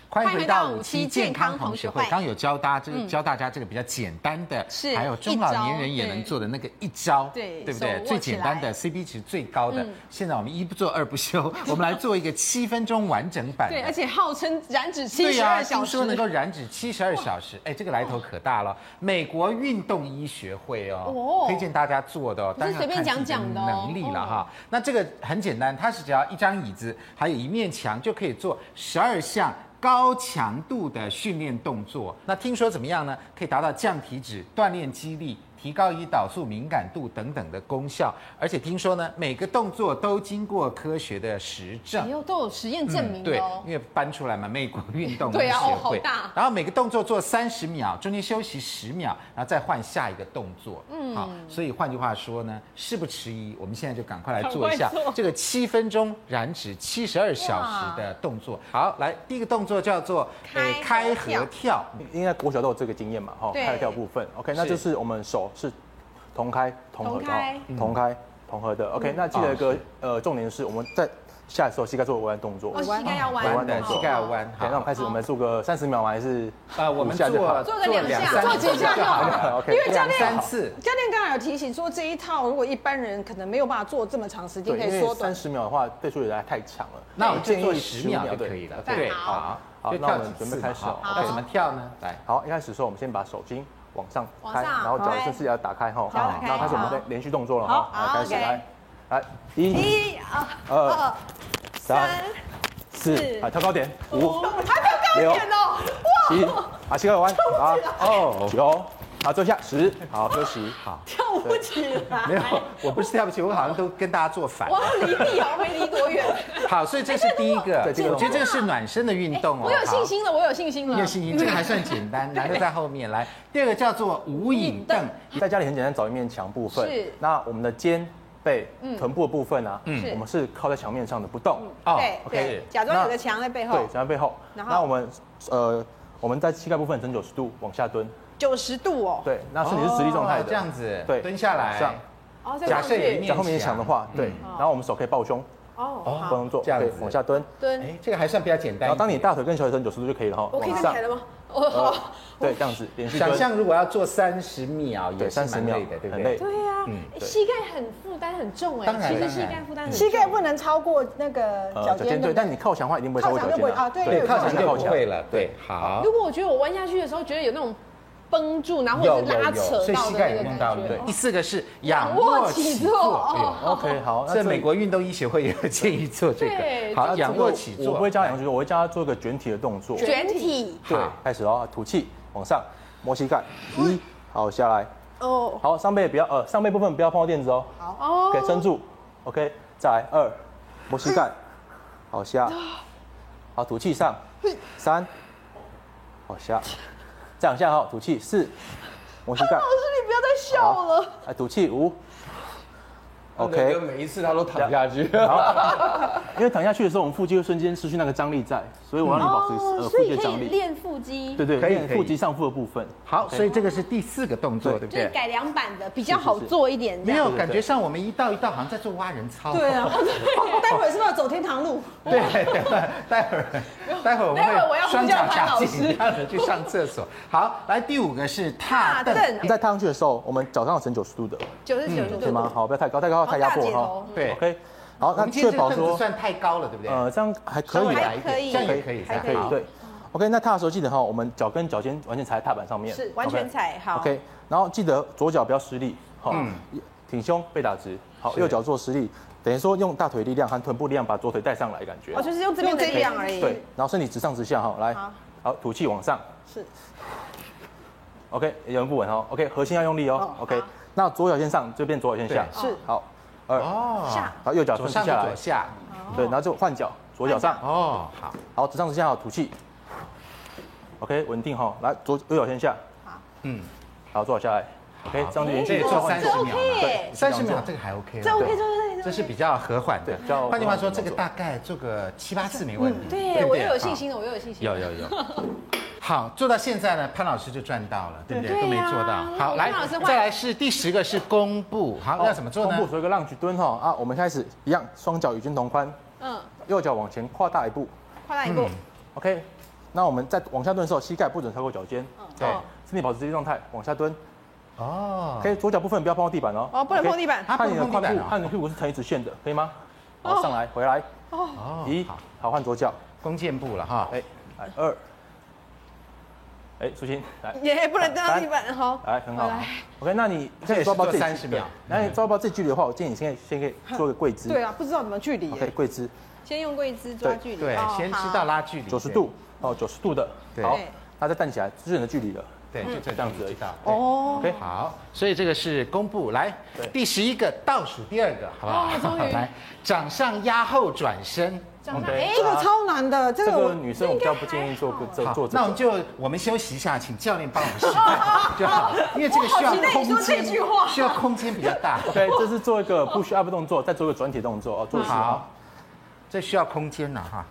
欢迎回到五期健康同学会。刚有教大家这个教大家这个比较简单的，嗯是还有中老年人一招也对能做的那个一招，对对不对手？握嗯最简单的 CP 值最高的。现在我们一不做二不 休，我们来做一个七分钟完整版的。对，而且号称燃脂七对十呀、二听小时说，能够燃脂七十二小时，哎，这个来头可大了。美国运动医学会哦哦，推荐大家做的哦，不是随便当然要看讲讲的哦自己能力了哈。那这个很简单，它是只要一张椅子，还有一面墙就可以做十二项。高强度的训练动作，那听说怎么样呢？可以达到降体脂、锻炼肌力、提高胰岛素敏感度等等的功效，而且听说呢，每个动作都经过科学的实证哎。呦，都有实验证明的嗯对哦，。因为搬出来嘛，美国运动对啊协哦好会大然后每个动作做三十秒，中间休息十秒，然后再换下一个动作。嗯，好，所以换句话说呢，事不迟疑，我们现在就赶快来做一下这个七分钟燃脂七十二小时的动作。好，来第一个动作叫做呃开合开跳合跳，应该国小都有这个经验嘛，哈，对开跳部分，OK，那是就是我们手是同开同合的同开哈，同开同合的，OK，那记得一个呃重点是我们在下来的时候膝盖做微弯动作哦，，膝盖要弯，弯的哦膝盖要弯。好，那我们开始，我们做个三十秒吗？还是呃，我们五下做就好做个两下三做几下就好就好了， ，OK 因为两三次。教练刚才有提醒说，这一套如果一般人可能没有办法做这么长时间，对，可因为以缩三短。十秒的话对数学来太强了，那我们就建做议十秒就可以了。对，好，好就那我跳们几准次备嘛开始哦好要怎么跳呢？来。好，一开始的时候我们先把手筋往上往开，上然后脚开这次也要打开哈，脚打开然后开始我们好再连续动作了好哈，来开始好来，来一、一啊，二、三、四，好跳高点，五、六、哦，七，好膝盖弯，啊，哦，九，好坐下，十，好休息，好，跳不起来， 没 有，我不是跳不起，我好像都跟大家做反。哇，离地好像没离 多远，哦好，所以这是第一个，对这个我觉得这个是暖身的运动哎哦。我有信心了，我有信心好。了，你有信心，这个还算简单，难度在后面。来，第二个叫做无影凳，在家里很简单，找一面墙部分，是那我们的肩。背、臀部的部分啊，嗯是我们是靠在墙面上的不动，哦对 OK，对，假装有个墙在嗯背后对，，脚在背后。然后那我们呃，我们在膝盖部分整九十度往下蹲，九十度哦，对，那是你是直立状态哦的，这样子，对蹲下来往上。哦，再假上设有一去，面嗯在后面墙的话，对，然后我们手可以抱胸，哦，不能做，这样子对，往下蹲。蹲，哎，这个还算比较简单然一点。后当你大腿跟小腿整九十度就可以了哈，我可以往站上起来，了吗？哦，对，这样子连续想蹲，象如果要做三十秒，也对，是三十蛮秒累的，对不很对累？对呀，膝盖很负担很重当然哎，其实当然膝盖负担很重，嗯膝盖不能超过那个呃脚尖，对，但你靠墙的话一定不会超过靠脚墙就尖不会啊对对，对靠墙就不会了。对，好如，果我觉得我弯下去的时候，觉得有那种绷住，然后啊或者是拉扯所以到膝的盖那有个用到，对感不觉对。？第四个是仰仰卧卧起起坐坐哦哎呦 OK，好那这这美国运动医学会也有建议做这对个。好，那仰这个卧起坐，我不会教仰卧起坐，我会教他做一个卷体的动作。卷体对好，开始哦，吐气，往上，摸膝盖，一，好下来，嗯哦好，上背不要呃，上背部分不要碰到垫子哦。好哦给撑住，OK，再来二，摸膝盖，好下，好吐气上，三，好下，再往下好，吐气四，摸膝盖，你不要再笑了。来吐气五哥，OK，每一次他都躺下去， 因为躺下去的时候，我们腹肌会瞬间失去那个张力在，所以我让你哦保持呃腹哦所肌以的可张以力。练腹肌，对对，可以练可以腹肌上腹的部分。好， OK 所以这个是第四个动作，对对不就是对？改良版的，比较好做一点。这没样哦有感觉上我们一道一道好像在做挖人操。对啊，待会儿是不是要走天堂路？ 对，啊待会儿，待会儿我 们待会儿我要会呼双叫脚潘夹老紧，让人去上厕 所。好，来第五个是大踏凳。凳你在踏上去的时候，我们脚上有呈九十度的，九十九十对度，吗？好，不要太高，太高哦太压好迫大姐哈头。对，OK。好，我那们今天确这个保凳子说，算太高了，对不对？呃，这样还可稍微以啦，矮还一可以点，这样也可以，还可这样以，对。OK，那踏的时候记得哈，我们脚跟脚尖完全踩在踏板上面，是完全 OK 踩好。 OK，然后记得左脚不要施力，好、挺胸背打直，好，是右脚做施力，等于说用大腿力量和臀部力量把左腿带上来，感觉。哦我哦就是用这边这样而已。对，然后身体直上直下哈，来，好，吐气往上，是。 OK，有人不稳哦，OK，核心要用力哦，OK，那左脚先上，就变左脚先下，对是，好，二，然哦，后右脚左顺势上下就来左，下，对，然后就哦换脚，左脚上，哦，好，好，直上直下好，吐气，OK，稳定哈，来，左右脚先下，嗯，哎好，左脚下来，OK，这样就延这也续做做换三脚十。秒，对三十秒这个还 OK，这 OK，这 OK，这是比较和缓的对比较。换句话说，和缓的这个大概做个七八次没问题，嗯对不我又有信。啊心了，我又有信心。有有有。 好，做到现在呢，潘老师就赚到了，对不对？都没做到。好，来潘老师，换再来是第十个是弓步，好，要怎么做呢哦弓步？做一个浪举蹲哈啊，我们开始一样，双脚与肩同宽，嗯，右脚往前跨大一步嗯跨大一步， ，OK。那我们在往下蹲的时候，膝盖不准超过脚尖，对，身体保持直立状态，往下蹲。哦， OK，左脚部分不要碰到地板哦。哦，不能碰地板。啊看你的不能碰胯地板部哦，看你的屁股是成一直线的，可以吗？好，上来，回来，哦，一好，，好，换左脚，弓箭步了哈。哎，来二，哎，舒心，来，也不能蹬到地板，好，来，很好。OK，那啊你可以抓包自己这也是做30秒那你抓包自己距离的话，我建议你现在先可以做个跪姿。对啊，不知道怎么距离耶 OK，跪姿先用跪姿抓距离，对，哦先知道拉距离，九十度，哦，九十度的，对好，那再站起来，这是你的距离了。对，对，就这样子而已。哦，哦， OK，好，所以这个是公布来对第十一个倒数第二个，好不好？ 来，掌上压后转身。 OK，这个超难的，这这个个我女生我比较不建议做做好做，这那我们个。就我们休息一下，请教练帮我们示范就好，因为这个需要空间，需要空间比较大。 OK，这是做一个 push up 动作，再做一个转体动作哦，做一次好，这需要空间了哈。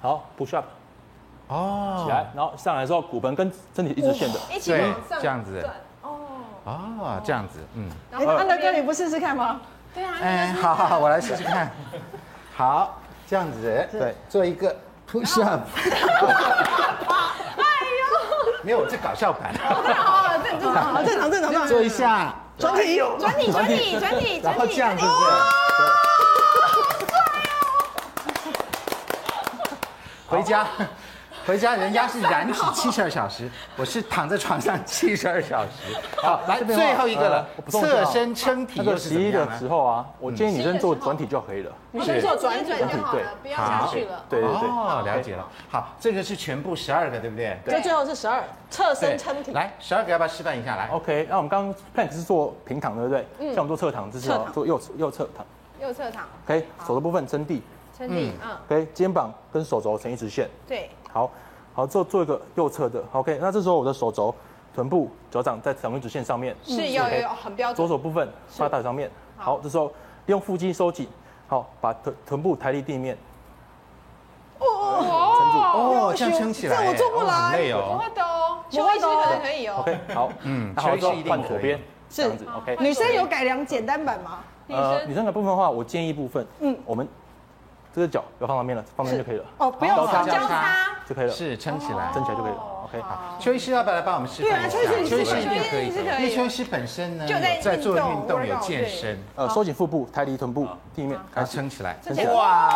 好 push up 哦起来，然后上来之后骨盆跟身体一直线的，一起对往，上这样子，转哦，哦，这样子，嗯，哎，安德哥你不试试看吗？对啊，哎，好好，好，我来试试看。好，这样子，对，做一个 push 哦 up。没有，这搞笑版，哦，正正好，正常正常正常。做一下，转体，转体转体转体然后转这体，样子，对。哦回家，回家，人家是燃脂七十二小时，我是躺在床上七十二小时。好，来这边的话最后一个了呃我，不动就侧好身撑体那又个是十怎么一样的呢时候啊，我建议女生做转体就可以了。女生做转转就好对了，不要下去了。对对对，哦，了解了。好，这个是全部十二个，对不对？这最后是十二，侧身撑体。来，十二个要不要示范一下？来， OK，那我们刚刚 plank 是做平躺，对不对？嗯像我们做侧躺姿势哦，做右右侧躺。右侧躺， OK，手的部分撑地撑地，嗯， ，OK，肩膀跟手肘成一直线。对，好，好，之后做一个右侧的。OK，那这时候我的手肘、臀部、脚掌在同一直线上面，是有有有，很标左准。手部分放在大腿上面。好，这时候利用腹肌收紧，好，把臀臀部抬离地面，撑住。哦，这样撑起来，这我做不哦来很累不哦。会的哦，邱医师可能可以哦。 OK，好，嗯，然后之后换左边，这样子，OK。女生有改良简单版吗？呃，女生的部分的话，我建议部分，嗯，我们这个脚要放旁边了，放边就可以了，哦，不用好放交叉交叉，就可以了，是撑起来。站起来就可以哦了。OK，好，邱医师要不要来帮我们示范一下？对啊邱医师邱医师一定可以，邱医师可以因为邱医师本身呢就在有在做运动运动，有 workout，健对身，呃，收紧腹部，抬离臀部地面，然后撑起来起来，哇！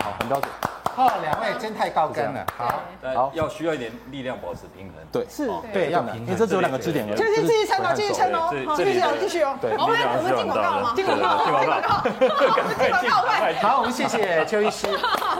好，很标准。哦，两位真太高干了，好。好，要需要一点力量保持平衡。对，是对，要平衡。因为这只有两个支点而已。就是自己撑哦，自己撑对哦，这继续哦，这继续哦。对我们我们进广告了吗？进广告，进广告，进广告快！好，我们谢谢邱医师。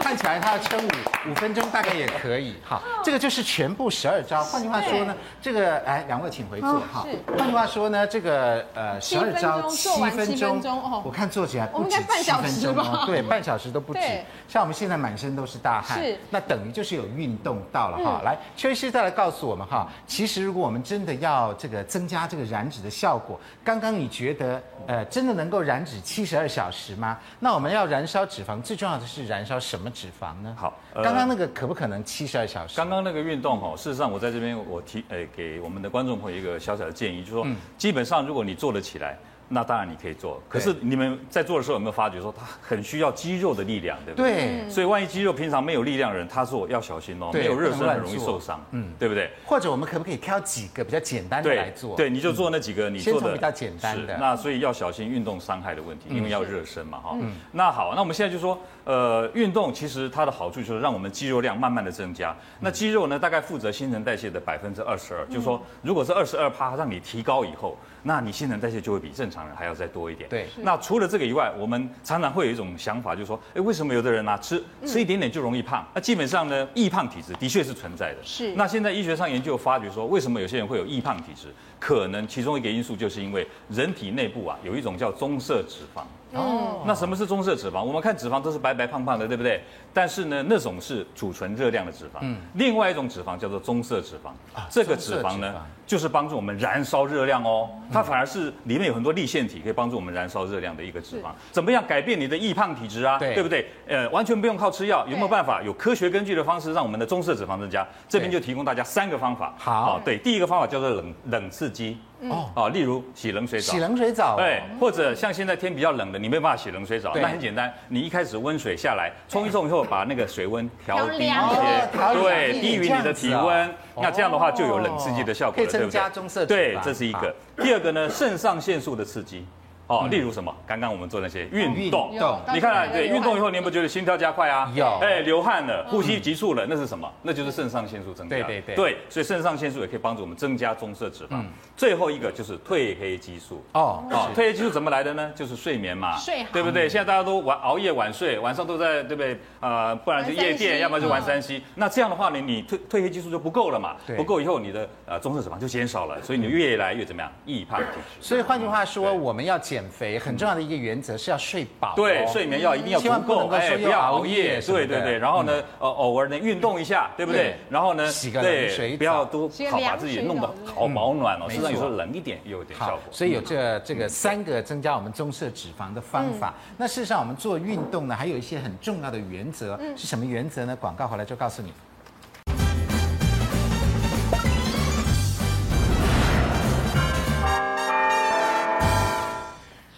看起来他要撑五五分钟大概也可以哈。这个就是全部十二招。换句话说呢，这个哎，两位请回座哈。换句话说呢，这个呃十二招哦七分钟做完七分钟哦我看做起来我不们止应该半七小分时钟哦吧，对，半小时都不止对。像我们现在满身都是大汗是，那等于就是有运动到了哈。来，邱医师再来告诉我们哈，其实如果我们真的要这个增加这个燃脂的效果，刚刚你觉得呃真的能够燃脂七十二小时吗？那我们要燃烧脂肪，最重要的是燃烧什么脂肪呢？好呃刚刚那个可不可能七十二小时？刚刚那个运动哦，事实上我在这边我提呃给我们的观众朋友一个小小的建议，就是嗯说，基本上如果你做得起来，那当然你可以做。可是你们在做的时候有没有发觉说，它很需要肌肉的力量，对不对？对，所以万一肌肉平常没有力量的人，他做要小心哦，对没有热不身能乱很容易做受伤，嗯，对不对？或者我们可不可以挑几个比较简单的来对做？嗯对，你就做那几个你先做从的比较简单的嗯是那所以要小心运动伤害的问题，因为要热身嘛哈。那好，那我们现在就说，呃，运动其实它的好处就是让我们肌肉量慢慢的增加。嗯那肌肉呢，大概负责新陈代谢的百分之二十二，就是嗯说如果是二十二趴让你提高以后，那你新陈代谢就会比正常人还要再多一点。对那除了这个以外，我们常常会有一种想法，就是说，哎，为什么有的人啊吃嗯吃一点点就容易胖？那基本上呢，易胖体质的确是存在的。是那现在医学上研究发觉说，为什么有些人会有易胖体质？可能其中一个因素就是因为人体内部啊有一种叫棕色脂肪。哦，那什么是棕色脂肪？我们看脂肪都是白白胖胖的，对不对？但是呢，那种是储存热量的脂肪。另外一种脂肪叫做棕色脂肪，这个脂肪嗯啊棕色呢脂肪就是帮助我们燃烧热量哦，嗯它反而是里面有很多立腺体可以帮助我们燃烧热量的一个脂肪。怎么样改变你的易胖体质啊？对对不对？呃，完全不用靠吃药，有没有办法？有科学根据的方式让我们的棕色脂肪增加。这边对就提供大家三个方法。好嗯哦对，第一个方法叫做冷冷刺激。哦，啊，例如洗冷水澡，洗冷水澡哦，对，哎或者像现在天比较冷的，你没办法洗冷水澡，对那很简单，你一开始温水下来冲一冲以后，把那个水温调低一调凉哦些，调凉一对，点低于你的体这样温子，哦那这样的话就有冷刺激的效可果以了，对增不对加？棕色脂肪。对，这是一个。第二个呢，肾上腺素的刺激。哦，例如什么？刚刚我们做那些运动嗯运动，你看啊，对，运动以后，你有没有觉得心跳加快啊？有哎，流汗了，呼吸急促了，那是什么？那就是肾上腺素增加。对对对嗯对，所以肾上腺素也可以帮助我们增加棕色脂肪。最后一个就是褪黑激素。哦，哦，褪黑激素怎么来的呢？就是睡眠嘛，睡好嗯对不对？现在大家都晚熬夜晚睡，晚上都在对不对？呃，不然就夜玩三嗯店， C 要不然就玩三 C。那这样的话呢，你褪褪黑激素就不够了嘛对，不够以后你的呃棕色脂肪就减少了，所以你越来越怎么样易胖体质。所以换句话说，对我们要减肥很重要的一个原则是要睡饱哦。对，睡眠要一定要千万足不能够，哎够说不又要熬熬夜夜。什么的，对对对，然后呢，呃，偶尔呢运动一下，对不嗯对对？然后呢，洗个冷水澡对，不要都洗个好把凉自己水弄得澡之类的好保暖哦，嗯实际上没有时错候冷一点也有一点效好果，。所以有这这个三个增加我们棕色脂肪的方法。嗯那事实上，我们做运动呢，还有一些很重要的原则，嗯是什么原则呢？广告回来就告诉你。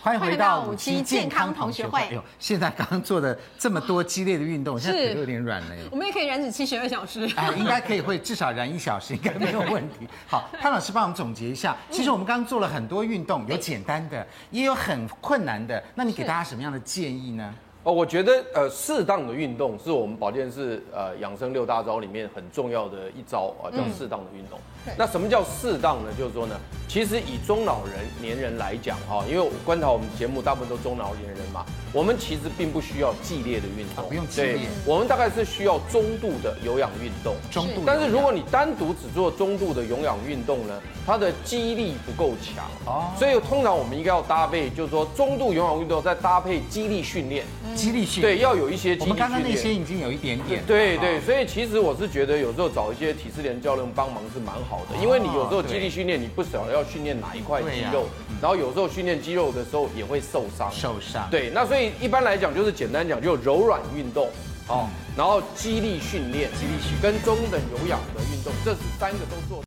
欢迎回到五期健康同学会。欢迎回到五期健康同学会哎呦，现在刚刚做的这么多激烈的运动，我现在是腿都有点软了耶。我们也可以燃脂七十二小时。哎，应该可以会，至少燃一小时应该没有问题。好，潘老师帮我们总结一下，其实我们刚刚做了很多运动，有简单的，也有很困难的。那你给大家什么样的建议呢？哦，我觉得呃，适当的运动是我们保健室呃养生六大招里面很重要的一招啊，叫适当的运动。那什么叫适当呢？就是说呢，其实以中老人年人来讲哈、因为我观察我们节目大部分都中老年人嘛，我们其实并不需要激烈的运动，啊不用激烈对我们大概是需要中度的有氧运动。中度有氧，但是如果你单独只做中度的有氧运动呢，它的肌力不够强哦所以通常我们应该要搭配，就是说中度有氧运动再搭配肌力训练。激励训对，练，要有一些我肌力们刚刚那训些练。已经有一点点了，对哈对，所以其实我是觉得有时候找一些体适联教练帮忙是蛮好的，因为你有时候肌力训练，你不晓得要训练哪一块哦对肌呀嗯肉，然后有时候训练肌肉的时候也会受伤。受伤，对，那所以一般来讲就是简单讲，就有柔软运动，哦，然后肌力训练，嗯肌力训练跟中等有氧的运动，这是三个都做。